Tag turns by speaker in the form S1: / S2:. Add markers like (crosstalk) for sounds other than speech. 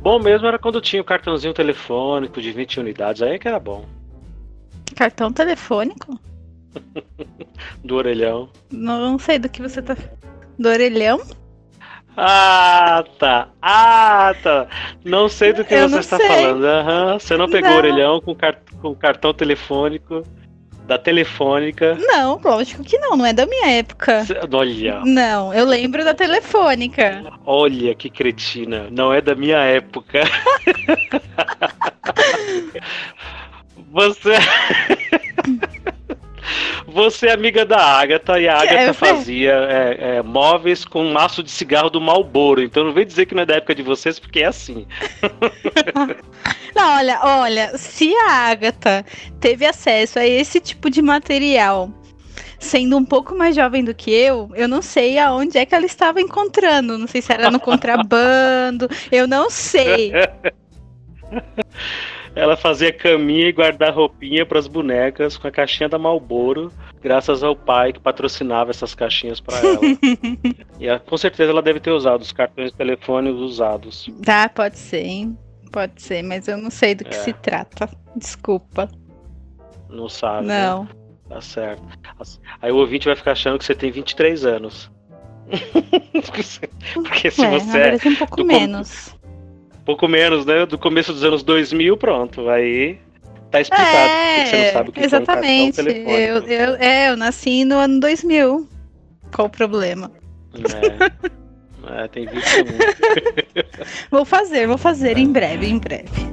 S1: Bom mesmo era quando tinha o cartãozinho telefônico de 20 unidades, aí é que era bom.
S2: Cartão telefônico?
S1: Do orelhão.
S2: Não sei do que você tá. Do orelhão?
S1: Ah, tá. Ah, tá. Não sei do que
S2: Eu
S1: você
S2: não
S1: está
S2: sei.
S1: falando. Aham, Você não pegou o
S2: Não.
S1: orelhão com, car com cartão telefônico da telefônica.
S2: Não, lógico que não, não é da minha época.
S1: Cê- Olha,
S2: Não, eu lembro da telefônica.
S1: olha que cretina. Não é da minha época. (laughs) Você. (laughs) Você é amiga da Agatha e a
S2: Que é,
S1: Agatha
S2: eu falei.
S1: fazia é, é, móveis com maço de cigarro do Malboro. Então não vem dizer que não é da época de vocês, porque é assim.
S2: Não, olha, olha, se a Agatha teve acesso a esse tipo de material, sendo um pouco mais jovem do que eu, eu não sei aonde é que ela estava encontrando. Não sei se era no contrabando, (laughs) eu não sei.
S1: Ela fazia caminha e guarda-roupinha pras bonecas com a caixinha da Malboro, graças ao pai que patrocinava essas caixinhas pra
S2: (laughs)
S1: ela. e ela- com certeza ela deve ter usado os cartões telefônicos usados.
S2: Tá, pode ser, hein? Pode ser, mas eu não sei do que
S1: É.
S2: se trata. Desculpa.
S1: Não sabe. né?
S2: Não.
S1: Tá certo. Aí o ouvinte vai ficar achando que você tem 23 anos. (laughs) Porque você- Porque se
S2: Ué,
S1: você
S2: na
S1: é
S2: verdade, um pouco
S1: do
S2: menos.
S1: pouco menos, né? Do começo dos anos 2000, pronto. Aí tá explicado. porque você não sabe o que
S2: É, exatamente.
S1: é um cartão
S2: eu,
S1: telefônico.
S2: eu, é, eu nasci no ano 2000. Qual o problema?
S1: (laughs) É. É, tem 21.
S2: Vou fazer, vou fazer em breve, em breve.